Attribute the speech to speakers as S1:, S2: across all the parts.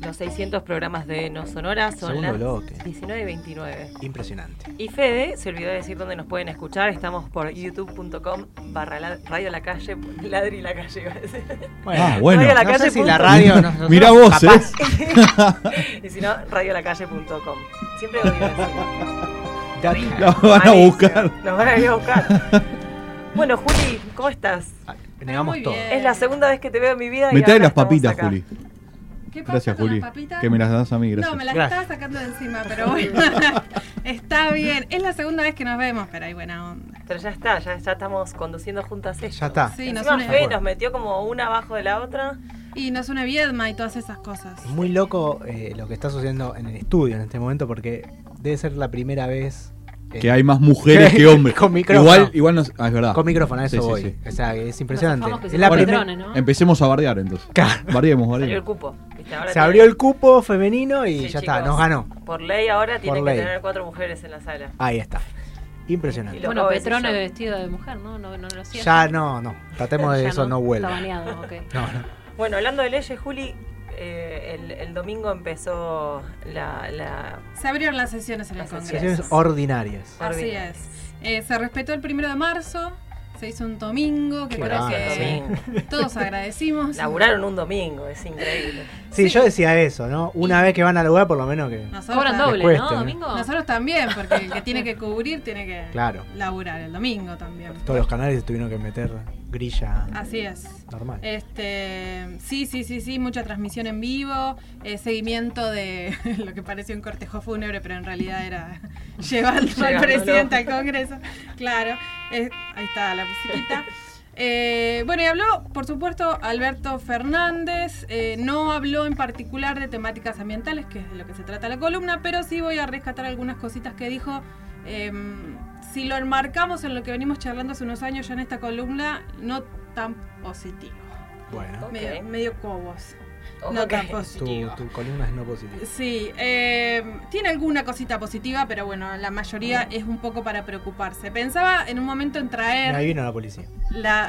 S1: los 600 programas de No Sonora son
S2: Segundo
S1: las
S2: bloque.
S1: 19 y 29.
S2: Impresionante.
S1: Y Fede, se olvidó de decir dónde nos pueden escuchar. Estamos por youtube.com barra la- radio la calle, ladri la calle. iba a decir.
S3: Ah,
S1: Radio
S3: bueno.
S1: La
S2: no sé
S1: Calle
S2: si la
S1: punto-
S2: radio. nosotros
S3: Mirá vos, eh.
S2: capaz-
S1: y si no, radiolacalle.com. Siempre lo digo así.
S2: Ya-
S3: La van a
S1: Malísimo.
S3: buscar.
S1: Nos van a ir a buscar. Bueno, Juli, ¿cómo estás?
S2: Ah, Negamos
S4: Muy
S2: todo.
S4: bien.
S1: Es la segunda vez que te veo en mi vida. y
S3: Me trae
S1: ahora
S3: las
S1: estamos
S3: papitas,
S1: acá.
S3: Juli.
S4: ¿Qué pasa
S3: Gracias,
S4: con
S3: Juli.
S4: las papitas?
S3: Que me las das a mí,
S4: No,
S3: gracias.
S4: me las
S2: Gracias.
S4: estaba sacando de encima, pero bueno. está bien. Es la segunda vez que nos vemos, pero hay buena onda.
S1: Pero ya está, ya, ya estamos conduciendo juntas esto.
S2: Ya está.
S4: Sí, nos
S1: Encima
S4: une,
S1: Fede nos metió como una abajo de la otra.
S4: y nos une Viedma y todas esas cosas.
S2: Muy loco eh, lo que está sucediendo en el estudio en este momento porque debe ser la primera vez eh,
S3: Que hay más mujeres que hombres.
S2: Con micrófono.
S3: igual, igual nos- ah, es verdad.
S2: con micrófono, a eso
S3: Sí, sí,
S2: voy.
S3: sí.
S2: O sea, que es impresionante.
S4: zafamos que
S2: Es
S4: se
S2: la
S4: ponen
S2: primer-
S4: drones, ¿no?
S3: Empecemos a bardear entonces.
S2: Claro.
S3: Bardeemos,
S1: Salió el
S3: bardeemos.
S1: cupo. ¿viste? Ahora
S2: Se
S1: tiene-
S2: abrió el cupo femenino y
S1: Sí,
S2: ya está,
S1: chicos.
S2: nos ganó.
S1: Por ley ahora tienen
S2: ley.
S1: que tener cuatro mujeres en la sala.
S2: Ahí está. Impresionante.
S1: Y lo-
S5: Bueno,
S1: acabo de decir
S5: Petrone
S1: yo.
S5: vestido de mujer, ¿no? No, no, lo siento.
S2: Ya no, no. Tratemos de
S5: Ya
S2: eso, no
S5: Está
S2: vuelva.
S5: baneado, ok.
S2: No, no.
S1: Bueno, hablando de leyes, Juli, eh, el, el domingo empezó la... la-
S4: Se abrieron las sesiones en el
S1: Las
S4: Congreso.
S1: sesiones.
S2: Sesiones ordinarias.
S4: Así
S1: Ordinarias.
S4: es. Eh, se respetó el primero de marzo. Se hizo un domingo, que
S2: Qué
S4: creo
S2: grande,
S4: que
S1: domingo.
S4: todos agradecimos.
S1: Laburaron un domingo, es increíble.
S2: Sí,
S4: Sí.
S2: yo decía eso, ¿no? Una vez que van al lugar, por lo menos que.
S4: Nosotros,
S5: Cobran
S4: tam-
S5: doble,
S2: cueste,
S5: ¿no,
S2: ¿no?
S5: Domingo?
S4: nosotros también, porque el que tiene que cubrir tiene que
S2: Claro.
S4: laburar el domingo también.
S2: Todos los canales tuvieron que meter grilla
S4: Así es.
S2: normal.
S4: Este, sí, sí, sí, sí, mucha transmisión en vivo, eh, seguimiento de lo que parecía un cortejo fúnebre, pero en realidad era llevando al
S1: Llegándolo.
S4: presidente al Congreso. Claro, eh, ahí está la musiquita. Eh, bueno, y habló, por supuesto, Alberto Fernández. eh, no habló en particular de temáticas ambientales, que es de lo que se trata la columna, pero sí voy a rescatar algunas cositas que dijo. Em, si lo enmarcamos en lo que venimos charlando hace unos años ya en esta columna, no tan positivo.
S2: Bueno,
S4: Medio,
S1: Ok.
S4: medio cobos.
S1: Ojo
S4: No
S1: que-
S4: tan
S2: tu,
S4: positivo.
S2: tu columna es no positiva.
S4: Sí, eh, tiene alguna cosita positiva, pero bueno, la mayoría es un poco para preocuparse. Pensaba en un momento en
S2: Y
S4: traer
S2: ahí vino la policía.
S4: la.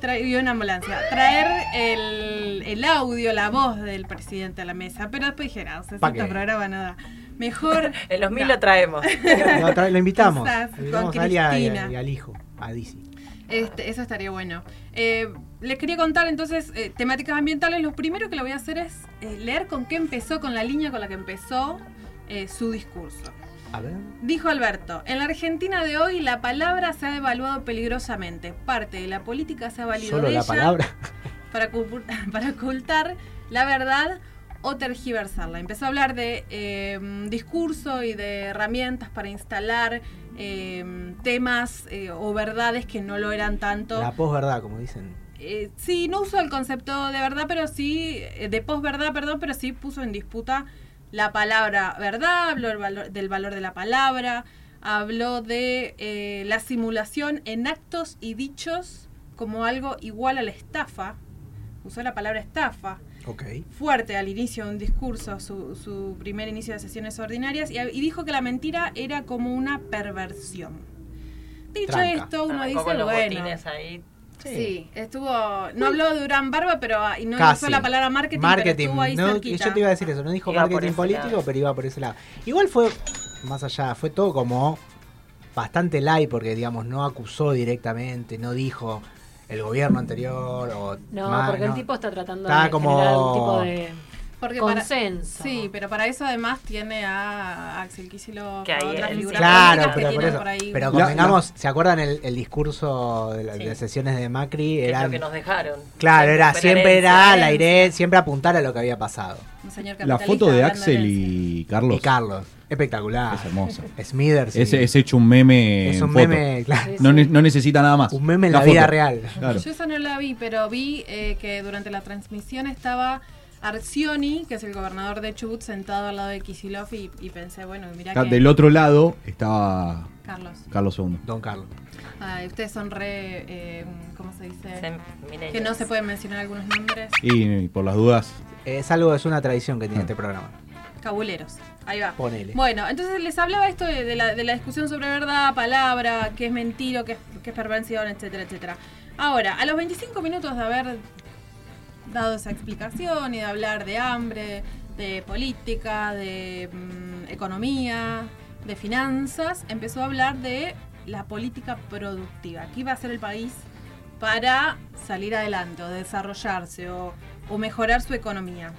S4: Tra- y una ambulancia. Traer el, el audio, la voz del presidente a la mesa. Pero después dije, no,
S2: ¿Pa qué?
S4: 60 programa nada. Mejor.
S1: En los mil
S4: No.
S1: lo traemos.
S2: La, otra vez la invitamos.
S4: Quizás, con
S2: invitamos a Ali y a- y, a-
S4: Cristina.
S2: y al hijo, a Dizzy.
S4: Este, eso estaría bueno. Eh, les quería contar entonces eh, temáticas ambientales. Lo primero que le voy a hacer es eh, leer con qué empezó, con la línea con la que empezó eh, su discurso.
S2: A ver.
S4: Dijo Alberto, en la Argentina de hoy la palabra se ha devaluado peligrosamente. Parte de la política se ha valido
S2: Solo
S4: de
S2: la
S4: ella
S2: palabra.
S4: Para, ocu- para ocultar la verdad o tergiversarla. Empezó a hablar de eh, discurso y de herramientas para instalar eh, temas eh, o verdades que no lo eran tanto.
S2: La posverdad, como dicen.
S4: Eh, sí, no usó el concepto de verdad, pero sí, eh, de posverdad, perdón, pero sí puso en disputa la palabra verdad, habló del valor, del valor de la palabra, habló de eh, la simulación en actos y dichos como algo igual a la estafa, usó la palabra estafa,
S2: Ok.
S4: fuerte al inicio de un discurso, su, su primer inicio de sesiones ordinarias, y, y dijo que la mentira era como una perversión. Dicho
S2: Tranca.
S4: esto, uno
S1: Arrancó
S4: dice,
S1: con los
S4: bueno,
S1: botines ahí.
S4: Sí. estuvo. No habló de Durán Barba, pero ah, y no
S2: Casi.
S4: usó la palabra marketing, pero estuvo ahí
S2: no,
S4: cerquita.
S2: Yo te iba a decir eso, no dijo
S1: Iba por
S2: marketing
S1: ese
S2: político,
S1: lado.
S2: pero iba por ese lado. Igual fue, más allá, fue todo como bastante light, porque digamos, no acusó directamente, no dijo el gobierno anterior o...
S5: No,
S2: más,
S5: porque
S2: no.
S5: el tipo está tratando
S2: Está
S5: de
S2: como-
S5: generar un tipo de
S4: Porque para-
S5: consenso.
S4: sí, pero para eso además tiene a Axel Kicillof,
S1: Que ahí
S4: a otras
S1: él-
S4: figuras
S2: Claro, pero
S4: políticas que
S2: por
S4: tienen
S2: eso.
S4: por ahí.
S2: Pero
S3: La-
S2: convengamos, ¿se acuerdan el, el discurso de, las
S1: Sí.
S2: de sesiones de Macri?
S1: que es lo
S2: Eran,
S1: que nos dejaron.
S2: claro, era
S1: Fue
S2: siempre
S1: herencia.
S2: era al aire, siempre apuntar a lo que había pasado.
S4: un señor
S3: La
S4: capitalista
S3: foto de
S4: hablando
S3: Axel
S4: de
S3: y Carlos
S2: Y Carlos, espectacular.
S3: es hermosa.
S2: Smithers. sí.
S3: Es, es hecho un meme.
S2: Es
S3: en
S2: un
S3: foto.
S2: meme, claro,
S5: Sí,
S3: No,
S5: sí.
S3: ne- no necesita nada más.
S2: un meme en la,
S3: foto.
S2: vida real.
S3: Claro.
S4: Yo esa no la vi, pero vi eh, que durante la transmisión estaba Arcioni, que es el gobernador de Chubut, sentado al lado de Kisilov y, y pensé, bueno,
S2: Ah,
S4: mirá
S3: Acá,
S4: que...
S3: Del otro lado estaba
S4: Carlos.
S3: Carlos II.
S2: Don Carlos.
S4: Ay, ustedes son re... eh, ¿Cómo se dice?
S1: Sem- millennials.
S4: que no se pueden mencionar algunos nombres.
S3: Y, y por las dudas,
S2: Es algo, es una tradición que tiene
S3: Ah.
S2: este programa.
S4: Cabuleros. Ahí va.
S2: Ponele.
S4: Bueno, entonces les hablaba esto de, de la, de la discusión sobre verdad, palabra, qué es mentira, qué es, qué es perversión, etcétera, etcétera. Ahora, a los 25 minutos de haber dado esa explicación y de hablar de hambre, de política, de mm, economía, de finanzas, empezó a hablar de la política productiva. ¿Qué iba a hacer el país para salir adelante o desarrollarse o, o mejorar su economía?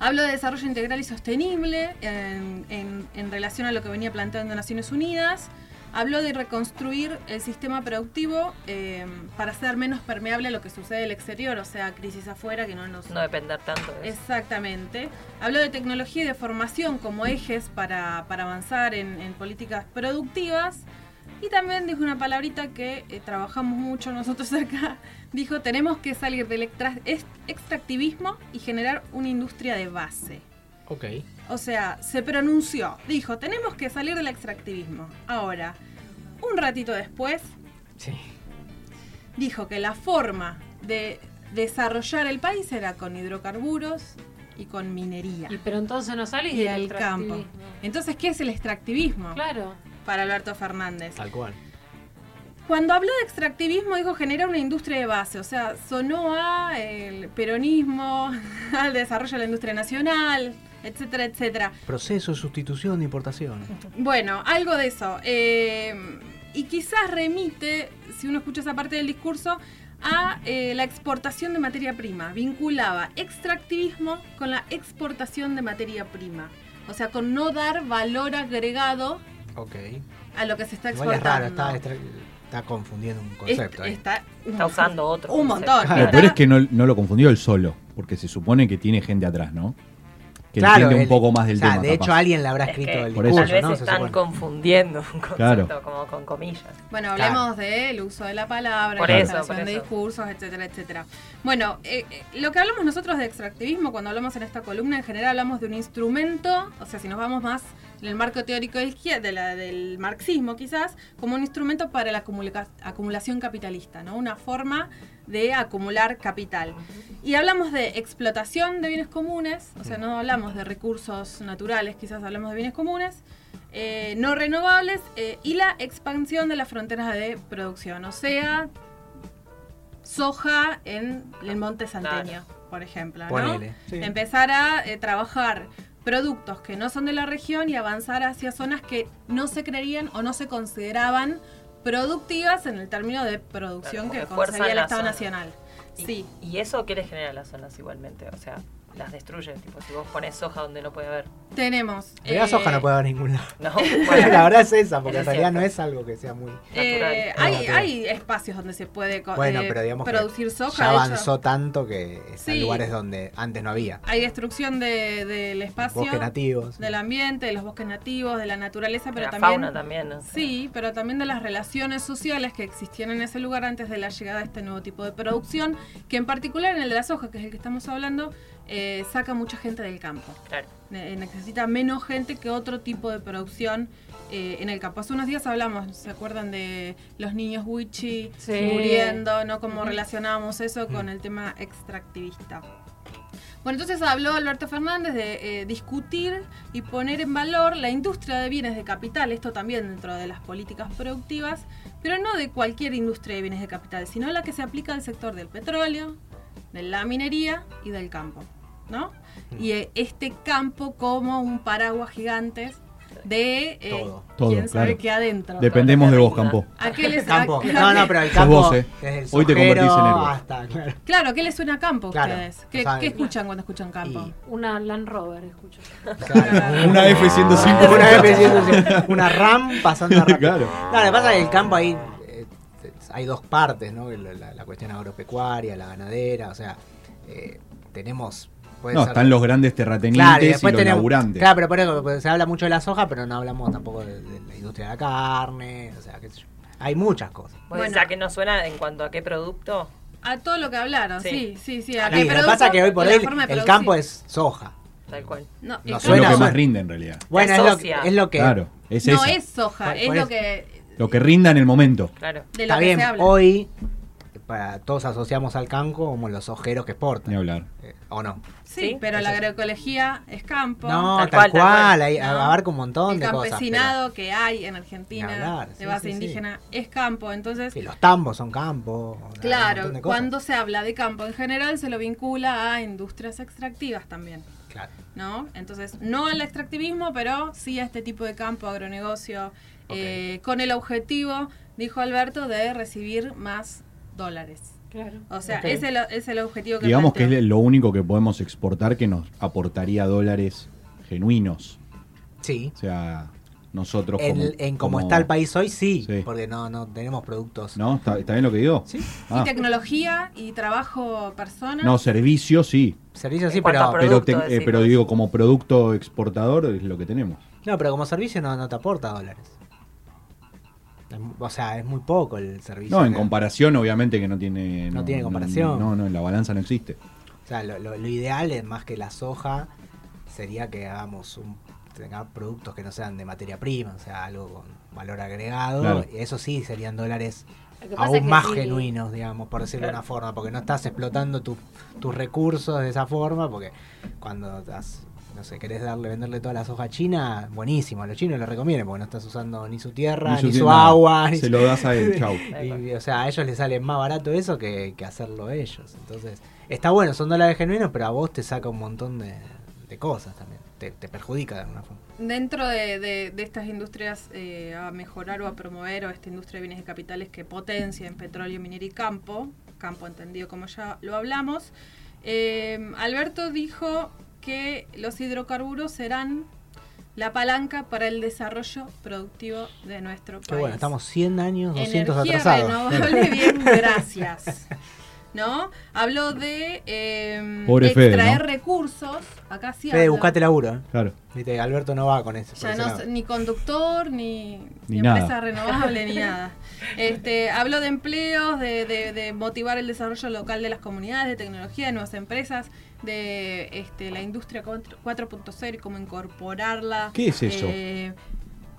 S4: Hablo de desarrollo integral y sostenible en, en- en relación a lo que venía planteando Naciones Unidas. Habló de reconstruir el sistema productivo eh, para ser menos permeable a lo que sucede en el exterior, o sea, crisis afuera que no nos,
S1: No depender tanto de eso.
S4: Exactamente. Habló de tecnología y de formación como ejes para, para avanzar en, en políticas productivas. Y también dijo una palabrita que eh, trabajamos mucho nosotros acá. Dijo, tenemos que salir del extra- ex- extractivismo y generar una industria de base.
S2: Ok.
S4: O sea, se pronunció. Dijo, tenemos que salir del extractivismo. Ahora, un ratito después,
S2: Sí.
S4: dijo que la forma de desarrollar el país era con hidrocarburos y con minería
S5: Y, pero entonces no salís
S4: y
S5: del
S4: al campo.
S5: extractivismo.
S4: Entonces, ¿qué es el extractivismo
S5: Claro.
S4: para Alberto Fernández?
S2: Tal cual.
S4: Cuando habló de extractivismo dijo generar una industria de base, o sea, sonó a el peronismo, al desarrollo de la industria nacional, etcétera, etcétera.
S2: Proceso de sustitución de importación.
S4: Bueno, algo de eso. Eh, y quizás remite, si uno escucha esa parte del discurso, a eh, la exportación de materia prima. Vinculaba extractivismo con la exportación de materia prima. O sea, con no dar valor agregado
S2: Ok.
S4: a lo que se está
S2: Igual
S4: exportando.
S2: es raro, está, está, está confundiendo un
S4: Es-
S2: concepto. ahí.
S4: está,
S1: Está usando otro.
S4: Un
S1: concepto.
S4: montón.
S3: Lo
S4: Claro.
S3: peor es que no, no lo confundió él solo, porque se supone que tiene gente atrás, ¿no? Que entiende un
S2: él-
S3: poco más del
S2: o sea,
S3: tema.
S2: De
S3: capaz.
S2: hecho, alguien le habrá
S1: Es
S2: escrito
S1: que
S2: el
S3: Por eso.
S2: discurso,
S1: Tal vez
S2: ¿no? Se
S1: están
S2: supone.
S1: confundiendo un concepto
S3: Claro.
S1: como con comillas.
S4: Bueno,
S2: Claro.
S4: hablemos del uso de la palabra,
S1: Por
S4: la
S1: eso,
S4: instalación
S1: por
S4: de
S1: eso.
S4: discursos, etcétera, etcétera. Bueno, eh, eh, lo que hablamos nosotros de extractivismo cuando hablamos en esta columna, en general hablamos de un instrumento, o sea, si nos vamos más en el marco teórico de izquierda, de la- del marxismo quizás, como un instrumento para la acumula- acumulación capitalista, ¿no? Una forma de acumular capital. Y hablamos de explotación de bienes comunes, o sea, no hablamos de recursos naturales, quizás hablamos de bienes comunes, eh, no renovables eh, y la expansión de las fronteras de producción, o sea, soja en el Monte Santeño, por ejemplo. ¿no?
S2: Ponele. Sí.
S4: Empezar a eh, trabajar productos que no son de la región y avanzar hacia zonas que no se creían o no se consideraban productivas en el término de
S1: Claro,
S4: producción
S1: como
S4: que
S1: que fuerzan
S4: concebía el
S1: la
S4: Estado
S1: zona.
S4: Nacional.
S1: Y,
S4: Sí.
S1: y eso quiere generar las zonas igualmente. O sea, las destruye. Tipo, si vos pones soja donde no puede haber.
S4: Tenemos.
S2: De la
S4: eh,
S2: soja no puede haber ningún lado.
S1: No,
S2: la
S1: bueno,
S2: verdad es esa, porque en
S1: Es
S2: realidad
S1: cierto.
S2: no es algo que sea muy.
S4: eh,
S1: natural.
S4: hay,
S2: Natural.
S4: hay espacios donde se puede co-
S2: Bueno,
S4: eh,
S2: pero digamos que
S4: producir soja.
S2: Ya
S4: de hecho.
S2: avanzó tanto que está en
S4: Sí.
S2: lugares donde antes no había.
S4: Hay destrucción de- del espacio,
S2: Bosques nativos.
S4: del ambiente, de los bosques nativos, de la naturaleza,
S1: pero
S4: pero
S1: la
S4: también
S1: fauna también. o sea.
S4: Sí, pero también de las relaciones sociales que existían en ese lugar antes de la llegada de este nuevo tipo de producción, que en particular en el de las hojas, que es el que estamos hablando, eh, saca mucha gente del campo.
S1: Claro.
S4: Ne- eh, necesita menos gente que otro tipo de producción eh, en el campo. Hace unos días hablamos, ¿se acuerdan de los niños wichi
S5: Sí.
S4: muriendo, no cómo
S5: Ujú.
S4: relacionábamos eso con el tema extractivista? Bueno, entonces habló Alberto Fernández de eh, discutir y poner en valor la industria de bienes de capital, esto también dentro de las políticas productivas, pero no de cualquier industria de bienes de capital, sino la que se aplica al sector del petróleo, de la minería y del campo, ¿no? Y eh, este campo como un paraguas gigante de eh,
S2: Todo.
S3: Todo,
S4: quién sabe
S3: claro.
S4: qué adentro.
S3: Dependemos de vos,
S1: Todo lo que
S3: Campo.
S4: ¿A qué le-
S2: Campo.
S4: a-
S2: No, no, pero el
S3: Sos
S2: campo.
S3: vos, eh.
S2: desde el
S3: Hoy te
S2: sojero
S3: convertís en héroe.
S2: Hasta, claro.
S4: Claro, ¿qué le suena a campo a
S2: Claro,
S4: ustedes?
S2: lo
S4: ¿Qué,
S2: saben.
S4: qué escuchan cuando escuchan campo?
S2: Y-
S5: Una Land Rover, escucho.
S2: Claro.
S3: Una F-105.
S2: Una F-150, una RAM pasando a RAM.
S3: Claro.
S2: No, lo que pasa es que el campo ahí eh, hay dos partes, ¿no? La, la- la cuestión agropecuaria, la ganadera, o sea, eh, tenemos... puede
S3: No,
S2: ser-
S3: están los grandes terratenientes
S2: Claro, y
S3: y,
S2: después
S3: los
S2: tenemos-
S3: laburantes.
S2: Claro, pero por eso pues, se habla mucho de la soja, pero no hablamos tampoco de, de la industria de la carne, o sea, qué sé yo. Hay muchas cosas.
S1: Bueno,
S4: Bueno.
S1: ya que no suena en cuanto a qué producto.
S4: A todo lo que hablaron,
S1: Sí.
S4: sí, sí, sí.
S1: A
S4: a
S1: la
S2: Sí, lo
S4: que
S2: que
S4: produzcan
S2: pasa es que hoy por
S4: y la
S2: hoy
S4: forma de
S2: el
S4: producir.
S2: campo es soja.
S1: Tal cual.
S4: No, el
S2: No
S3: Es lo
S2: suena.
S3: que más
S2: soja.
S3: rinde en realidad.
S2: Bueno,
S1: Es
S2: es lo,
S1: socia.
S2: es lo que.
S3: Claro, es
S4: No
S3: esa.
S4: es soja,
S2: Por-
S4: es
S2: por
S4: lo
S2: eso.
S4: que.
S3: Lo que rinda en el momento.
S1: Claro.
S4: De lo
S2: Está
S4: que
S2: bien,
S4: se habla.
S2: hoy para, todos asociamos al campo como los ojeros que
S3: Ni
S2: exportan.
S3: hablar.
S2: eh, ¿O no?
S4: Sí,
S1: Sí,
S4: pero
S2: eso
S4: la
S2: sí.
S4: agroecología es campo.
S2: No,
S1: Tal
S2: tal,
S1: cual, tal
S2: cual,
S1: cual.
S2: ahí
S4: No.
S2: abarca un montón
S4: el
S2: de cosas.
S4: campesinado que hay en
S2: Ni
S4: Argentina
S2: hablar,
S4: de
S2: sí,
S4: base
S2: sí, sí.
S4: indígena es campo, entonces
S2: pero- y los tambos son campo. un
S4: claro,
S2: montón de cosas.
S4: cuando se habla de campo en general se lo vincula a industrias extractivas también,
S2: Claro.
S4: ¿no? Entonces, no al extractivismo, pero sí a este tipo de campo agronegocio eh, con el objetivo, dijo Alberto, de recibir más dólares.
S5: Claro.
S4: O sea,
S2: Ok.
S4: ese es el, es el objetivo que
S3: Digamos que
S4: planteó.
S3: es lo único que podemos exportar que nos aportaría dólares genuinos.
S2: Sí.
S3: O sea, nosotros
S2: En,
S3: como,
S2: en cómo está el país hoy, sí,
S3: Sí.
S2: porque no, no tenemos productos.
S3: ¿No? ¿Está, está bien lo que digo?
S2: Sí.
S3: Ah,
S4: Y tecnología y trabajo persona.
S3: no, servicios sí.
S2: Servicios
S1: En
S2: sí,
S1: cuanto
S2: pero,
S1: a
S3: Pero,
S1: Producto,
S3: te- eh,
S1: decís
S3: pero
S1: vos.
S3: digo, como producto exportador es lo que tenemos.
S2: no, pero como servicio no, no te aporta dólares. Es mu- O sea, es muy poco el servicio.
S3: No, en
S2: que-
S3: comparación, obviamente que no tiene.
S2: No tiene comparación.
S3: No, no, en la balanza no existe.
S2: O sea, lo, lo- lo ideal, eh, más que la soja, sería que hagamos un tengamos productos que no sean de materia prima, o sea, algo con valor agregado.
S3: Claro.
S2: Y eso sí serían dólares
S5: Lo que pasa es
S2: aún
S5: que
S2: más
S5: sí,
S2: genuinos, digamos, por decirlo de una forma, porque no estás explotando tu- tus recursos de esa forma, porque cuando estás, no sé, querés darle, venderle toda la soja a China, buenísimo, a los chinos les recomienden, porque no estás usando ni su tierra,
S3: No
S2: ni
S3: se
S2: su,
S3: tiene nada.
S2: agua, ni
S3: Se
S2: su-
S3: lo das a él, chau.
S2: y, o sea, a ellos les sale más barato eso que, que hacerlo ellos. Entonces, está bueno, son dólares genuinos, pero a vos te saca un montón de, de cosas también. Te, te perjudica de alguna forma.
S4: Dentro de, de- de estas industrias eh, a mejorar o a promover, o esta industria de bienes y capitales que potencia en petróleo, minería y campo, campo entendido como ya lo hablamos, eh, Alberto dijo que los hidrocarburos serán la palanca para el desarrollo productivo de nuestro país.
S2: Pero bueno, estamos 100 años, 200
S4: Energía
S2: atrasados.
S4: renovable, bien, gracias. ¿No? Habló de eh,
S3: Pobre Fede,
S4: extraer
S3: ¿no?
S4: recursos. Acá sí
S2: Fede,
S4: habla.
S2: buscate laburo. ¿eh?
S3: Claro.
S2: Viste, Alberto no va con eso. por
S4: Ya
S2: ese
S4: no,
S2: lado.
S4: sé, ni conductor, ni,
S3: Ni
S4: empresa
S3: nada.
S4: renovable, ni nada. Este, habló de empleos, de, de- de motivar el desarrollo local de las comunidades, de tecnología, de nuevas empresas, de este, la industria 4- 4.0 y cómo incorporarla.
S3: ¿Qué es eso?
S4: Eh,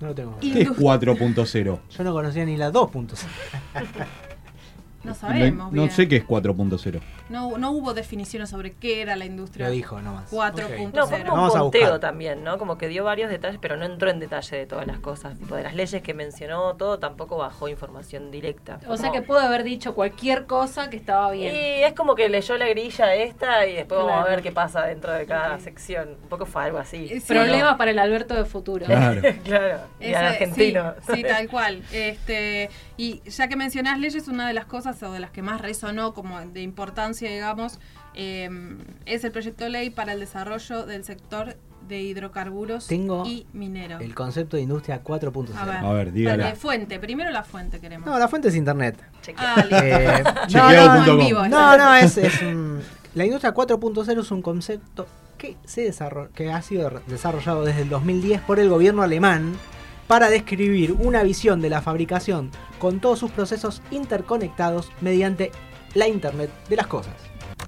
S2: No lo tengo.
S4: Y-
S3: ¿Qué es 4.0?
S2: Yo no conocía ni la 2.0.
S4: no
S3: Lo-
S4: sabemos.
S3: No
S4: bien.
S3: sé qué es 4.0.
S4: No, no hubo definiciones sobre qué era la industria.
S2: Lo dijo nomás. Ok.
S4: 4.0.
S1: No, fue como un
S2: Vamos a
S1: conteo
S2: buscar.
S1: también, ¿no? Como que dio varios detalles, pero no entró en detalle de todas las cosas. Tipo, de las leyes que mencionó, todo tampoco bajó información directa.
S5: O sea
S1: Como-
S5: que pudo haber dicho cualquier cosa que estaba
S1: Y
S5: bien.
S1: es como que leyó la grilla esta y después vamos a
S5: Claro.
S1: ver qué pasa dentro de cada sección. Un poco fue algo así.
S4: Sí,
S5: Problema para el Alberto de futuro.
S3: Claro.
S1: claro. Y al
S4: Ese-
S1: argentino.
S4: Sí, sí, tal cual. Este, y ya que mencionás leyes, una de las cosas o de las que más resonó como de importancia, digamos, eh, es el proyecto de ley para el desarrollo del sector de hidrocarburos
S2: Tengo
S4: y minero.
S2: El concepto de industria 4.0.
S4: A ver,
S3: A ver, dígala.
S4: Para- fuente, primero la fuente queremos.
S2: No, la fuente es internet.
S1: Chequea.
S4: Ah, listo.
S2: Eh, no,
S3: Chequeado
S2: no,
S3: punto
S4: en
S3: com.
S4: vivo.
S2: No, eh. no, es, es un- la industria 4.0 es un concepto que, se desarro- que ha sido re- desarrollado desde el 2010 por el gobierno alemán para describir una visión de la fabricación con todos sus procesos interconectados mediante la Internet de las cosas,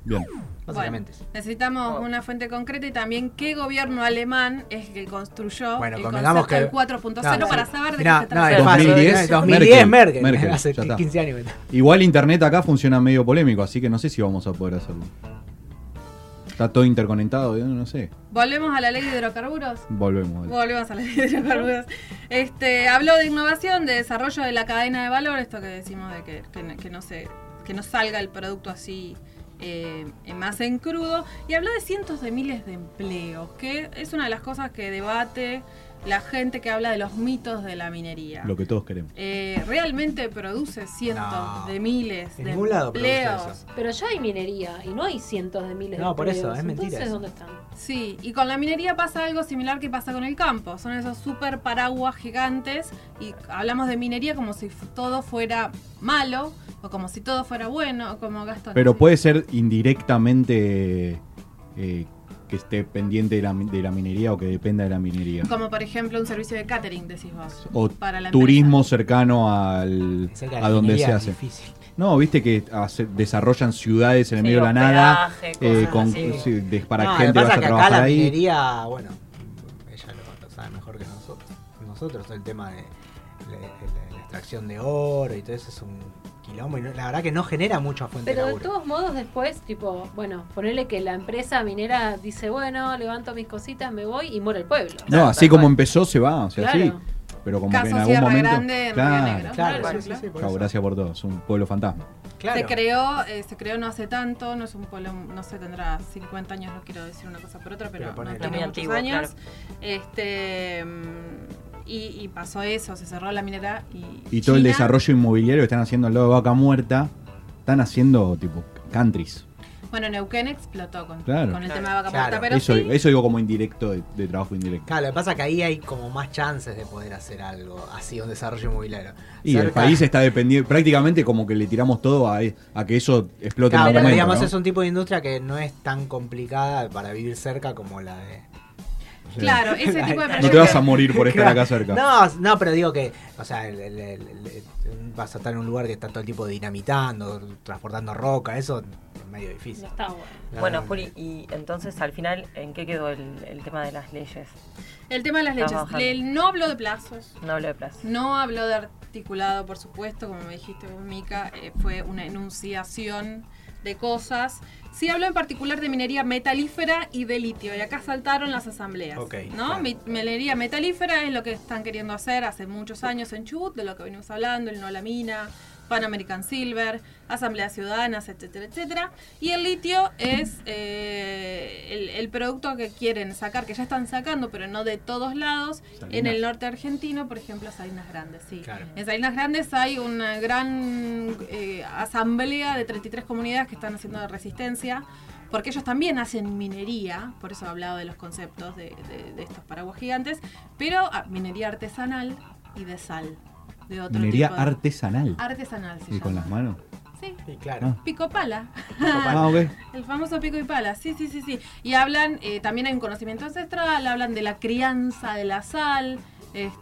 S3: Bien.
S2: básicamente.
S4: Necesitamos
S1: Wow.
S4: una fuente concreta y también qué gobierno alemán es el que construyó
S2: Bueno,
S4: el
S2: convengamos
S4: concepto del
S2: que-
S4: 4.0
S2: No,
S4: para
S2: sí.
S4: saber de
S2: Mirá,
S4: qué se
S2: no, eh.
S4: trata.
S2: es fácil,
S3: 2010,
S2: 2010 Merkel,
S3: Merkel, Merkel,
S2: hace
S3: ya está.
S2: 15 años. que está.
S3: Igual Internet acá funciona medio polémico, así que no sé si vamos a poder hacerlo. Está todo interconectado, yo no sé.
S4: Volvemos a la ley de hidrocarburos.
S3: Volvemos. dale.
S4: Volvemos a la ley de hidrocarburos. Este, habló de innovación, de desarrollo de la cadena de valor, esto que decimos de que, que no- que no, se, que no salga el producto así eh, más en crudo. Y habló de cientos de miles de empleos, que es una de las cosas que debate la gente que habla de los mitos de la minería.
S3: Lo que todos queremos.
S4: Eh, realmente produce cientos
S2: No.
S4: de miles
S2: En
S4: de
S2: ningún lado produce
S4: empleos.
S2: eso.
S5: Pero ya hay minería y no hay cientos de miles
S2: No,
S5: de
S2: por eso,
S5: empleos.
S2: es mentira
S5: Entonces,
S2: eso.
S5: ¿dónde están?
S4: Sí, y con la minería pasa algo similar que pasa con el campo. Son esos super paraguas gigantes y hablamos de minería como si f- todo fuera malo o como si todo fuera bueno o como Gastón.
S3: Pero puede ser indirectamente eh, que esté pendiente de la, mi- de la minería o que dependa de la minería.
S4: Como por ejemplo un servicio de catering, decís vos.
S3: O
S4: para la
S3: turismo
S4: empresa.
S3: cercano al,
S2: Cerca de la
S3: a donde se
S2: minería es
S3: hace.
S2: difícil.
S3: No, viste que hace- desarrollan ciudades en el
S1: Sí,
S3: medio de la nada
S1: hospedaje,
S3: eh,
S1: cosas
S3: con-
S1: así.
S3: sí, de- para
S2: No,
S3: gente
S2: lo que pasa
S3: vaya
S2: es
S3: a
S2: que acá la
S3: trabajar ahí.
S2: minería, bueno, ella lo, lo sabe mejor que nosotros. Nosotros el tema de la, de la- la extracción de oro y todo eso es un quilombo y no- la verdad que no genera mucha fuente
S5: Pero
S2: de
S5: de
S2: laburo.
S5: todos modos después, tipo, bueno, ponerle que la empresa minera dice, bueno, levanto mis cositas, me voy y muere el pueblo.
S3: No, así como empezó se va, o sea,
S5: Claro.
S3: sí. Pero como que en
S4: Caso
S3: algún
S4: Sierra
S3: momento.
S4: Grande en Río Negro.
S2: Claro,
S4: Por
S2: sí,
S4: ejemplo.
S2: sí, sí, por
S3: Chau,
S2: eso.
S3: gracias por todo, es un pueblo fantasma.
S2: Claro.
S4: Se creó, eh, se creó no hace tanto, no es un pueblo, no sé, tendrá 50 años, no quiero decir una cosa por otra, pero,
S2: Pero ponele.
S4: no tiene
S1: Muy
S4: muchos
S1: antiguo,
S4: años. Este mm, y, y pasó eso, se cerró la minera y,
S3: Y todo el
S4: China-
S3: desarrollo inmobiliario que están haciendo al lado de Vaca Muerta, están haciendo tipo countries.
S4: Bueno, Neuquén explotó con,
S3: Claro.
S4: con el
S1: Claro.
S4: tema de vaca
S2: Claro.
S4: muerta, pero
S3: Eso,
S4: sí,
S3: eso digo como indirecto de, de trabajo indirecto.
S2: Claro, lo que pasa es que ahí hay como más chances de poder hacer algo así, un desarrollo inmobiliario.
S3: Y el
S2: Cerca-
S3: país está dependiendo, prácticamente como que le tiramos todo a, a que eso explote
S2: Claro,
S3: en
S2: pero
S3: algún momento.
S2: digamos
S3: ¿no?
S2: es un tipo de industria que no es tan complicada para vivir cerca como la de...
S4: claro, ese tipo de
S3: No te vas a
S4: proyectos-
S3: morir por estar
S2: Claro.
S3: acá cerca.
S2: No, no, pero digo que, o sea, el- el- el- el- vas a estar en un lugar que está todo el tipo dinamitando, transportando roca, eso es medio difícil. Ah,
S5: No está bueno.
S2: No,
S1: Bueno,
S2: no,
S1: Juli, y entonces al final, ¿en qué quedó el, el tema de las leyes?
S4: El tema de las
S1: Estamos
S4: leches.
S1: bajando.
S4: Le- no hablo de plazos,
S1: No hablo de plazo.
S4: no hablo de articulado, por supuesto, como me dijiste vos, Mica, eh, fue una enunciación de cosas. Sí habló en particular de minería metalífera y de litio, y acá saltaron las asambleas.
S2: Ok,
S4: ¿no?
S2: claro.
S4: Mi- Minería metalífera es lo que están queriendo hacer hace muchos años en Chubut, de lo que venimos hablando, el no a la mina, Pan American Silver, Asambleas Ciudadanas, etcétera, etcétera. Y el litio es eh, el, el producto que quieren sacar, que ya están sacando, pero no de todos lados. En
S3: Salinas.
S4: el norte argentino, por ejemplo, Salinas Grandes, sí.
S2: Claro.
S4: En Salinas Grandes hay una gran eh, asamblea de 33 comunidades que están haciendo resistencia, porque ellos también hacen minería, por eso he hablado de los conceptos de, de- de estos paraguas gigantes, pero ah, minería artesanal y de sal. De otro
S3: Minería
S4: tipo de-
S3: artesanal.
S2: Ah,
S4: Artesanal, se
S3: ¿Y con
S4: llama.
S3: las manos?
S4: Sí,
S2: Y claro.
S4: pico pala.
S3: Ah, ok.
S4: El famoso pico y pala, sí, sí, sí, sí. Y hablan, eh, también hay un conocimiento ancestral, hablan de la crianza de la sal,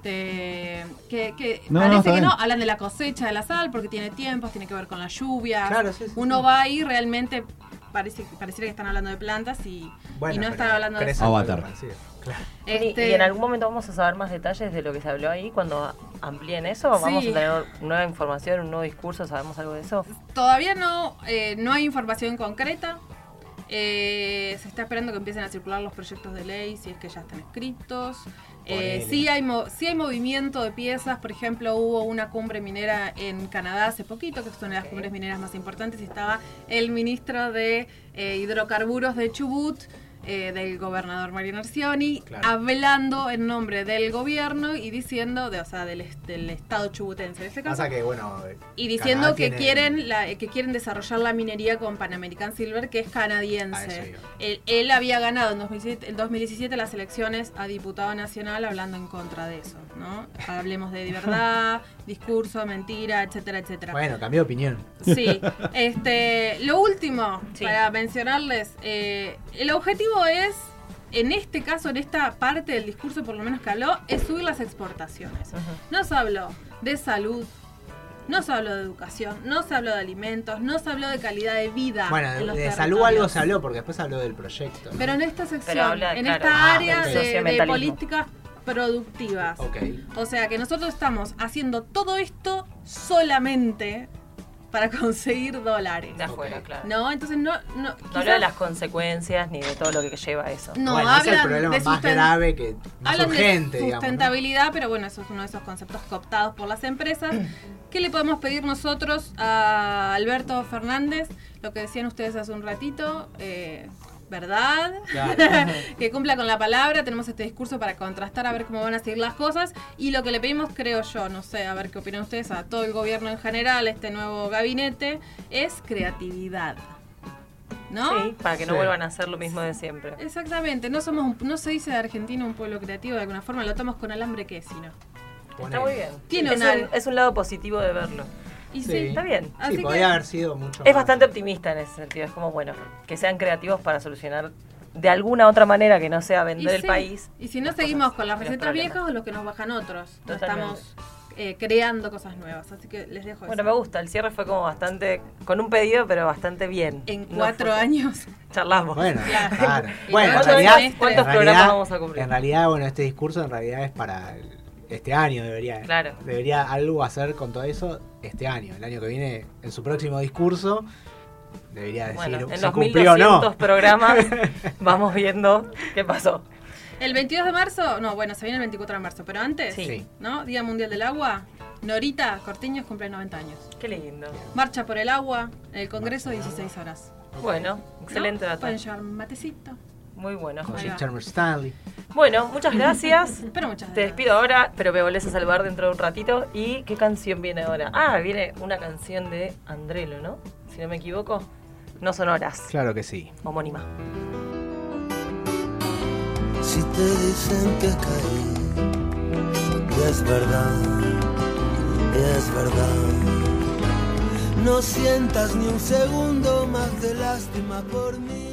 S4: este, que, que
S3: No, no,
S4: parece
S3: está
S4: que no,
S3: bien.
S4: hablan de la cosecha de la sal porque tiene tiempos, tiene que ver con la lluvia.
S2: Claro, sí, sí,
S4: Uno
S2: sí.
S4: va ahí realmente, parece, pareciera que están hablando de plantas y, y no
S2: pero
S4: están hablando de
S2: crece
S3: Ah,
S4: sal.
S2: en
S3: Avatar.
S2: algo parecido. Claro.
S1: Juli,
S4: Este,
S1: ¿Y en algún momento vamos a saber más detalles de lo que se habló ahí? Cuando amplíen eso, ¿vamos
S4: Sí.
S1: a tener nueva información, un nuevo discurso? ¿Sabemos algo de eso?
S4: Todavía no, eh, no hay información concreta. Eh, se está esperando que empiecen a circular los proyectos de ley, si es que ya están escritos. Eh,
S2: Ponele.
S4: sí, hay mo- sí hay movimiento de piezas, por ejemplo, hubo una cumbre minera en Canadá hace poquito, que es una de las cumbres mineras más importantes, y estaba el ministro de eh, Hidrocarburos de Chubut, eh, del gobernador Mariano Arcioni,
S2: Claro.
S4: hablando en nombre del gobierno y diciendo, de, o sea, del, est- del Estado chubutense en este caso,
S2: Pasa que, bueno,
S4: y diciendo
S2: Canadá
S4: que
S2: tiene-
S4: quieren la- que quieren desarrollar la minería con Pan American Silver, que es
S2: a eso
S4: canadiense.
S2: iba.
S4: Él, él había ganado en 2017, en 2017 las elecciones a diputado nacional hablando en contra de eso, ¿no? Hablemos de verdad, discurso, mentira, etcétera, etcétera.
S2: Bueno, cambió de opinión.
S4: Sí, este, lo último
S1: Sí.
S4: para mencionarles, eh, el objetivo es, en este caso, en esta parte del discurso por lo menos que habló, es subir las exportaciones. No se habló de salud, no se habló de educación, no se habló de alimentos, no se habló de calidad de vida.
S2: Bueno,
S4: Ah, en
S2: de,
S4: los
S2: de salud
S4: territorios.
S2: algo se habló porque después habló del proyecto. ¿no?
S4: Pero en esta sección,
S1: Pero habla,
S4: en
S1: claro,
S4: esta
S1: ah,
S4: área
S2: ok.
S4: de, de
S1: Socioambientalismo.
S4: políticas productivas.
S2: Ok.
S4: O sea que nosotros estamos haciendo todo esto solamente para conseguir dólares.
S1: De afuera, claro. No,
S4: No, entonces no. No,
S1: hablo de
S4: quizás-
S1: las consecuencias ni de todo lo que lleva a eso.
S4: No,
S2: bueno, ese es el
S4: hablan
S2: problema
S4: de,
S2: más
S4: susten-
S2: grave que más
S4: hablan de
S2: urgente, digamos. ¿no?
S4: sustentabilidad, pero bueno, eso es uno de esos conceptos cooptados por las empresas. ¿Qué le podemos pedir nosotros a Alberto Fernández? Lo que decían ustedes hace un ratito, eh, ¿verdad?
S2: Claro.
S4: que cumpla con la palabra, tenemos este discurso para contrastar a ver cómo van a seguir las cosas y lo que le pedimos, creo yo, no sé, a ver qué opinan ustedes, a todo el gobierno en general, este nuevo gabinete, es creatividad. ¿No?
S1: Sí, para que no
S2: Sí.
S1: vuelvan a hacer lo mismo de siempre.
S4: Exactamente, no somos un- no se dice de Argentina un pueblo creativo de alguna forma, lo tomamos con alambre que si no.
S1: Está
S2: Ponele.
S1: muy bien.
S4: Tiene
S1: es,
S4: una-
S1: un, es un lado positivo de verlo.
S4: Y sí,
S2: Sí.
S1: Está bien.
S4: Así
S2: sí,
S4: que-
S2: podría haber sido mucho
S1: Es
S2: más.
S1: bastante optimista en ese sentido. Es como, bueno, que sean creativos para solucionar de alguna otra manera que no sea
S4: y
S1: vender el
S4: sí.
S1: país.
S4: Y si no
S1: las cosas
S4: seguimos con las
S1: y los
S4: recetas
S1: problemas.
S4: viejas o los que nos bajan otros, no
S1: Totalmente.
S4: estamos eh, creando cosas nuevas. Así que les dejo
S1: Bueno, me
S4: eso.
S1: gusta. El cierre fue como bastante. con un pedido, pero bastante bien.
S4: En
S1: No
S4: cuatro
S1: fue-
S4: años.
S1: Charlamos.
S2: Bueno,
S4: Claro.
S2: claro.
S4: Y
S2: Bueno, en
S4: cuatro
S2: realidad,
S4: semestres. ¿Cuántos
S2: en realidad-
S1: programas vamos a cumplir?
S2: En realidad, bueno, este discurso en realidad es para el- este año, debería.
S1: Claro.
S2: Debería algo hacer con todo eso este año. El año que viene, en su próximo discurso, debería decir
S1: Bueno, en
S2: si
S1: los
S2: cumplió o no.
S1: 1200 programas vamos viendo qué pasó.
S4: El 22 de marzo, no, bueno, se viene el 24 de marzo, pero antes,
S1: Sí.
S2: Sí.
S4: ¿no? Día Mundial del Agua. Norita Cortiños cumple 90 años.
S1: Qué lindo.
S4: Marcha por el agua en el Congreso 16 horas.
S1: Bueno,
S4: ¿no?
S1: excelente dato.
S4: Pueden llevar matecito.
S1: Muy bueno.
S2: Con
S4: Ahí va.
S2: Charmer Stanley.
S1: Bueno, muchas gracias.
S4: Pero muchas
S1: Te despido ahora, pero me volvés a saludar dentro de un ratito. ¿Y qué canción viene ahora? Ah, viene una canción de Andrelo, ¿no? Si no me equivoco, no son horas.
S2: Claro que sí.
S1: Homónima.
S6: Si te dicen que caí, y es verdad, y es verdad. No sientas ni un segundo más de lástima por mí.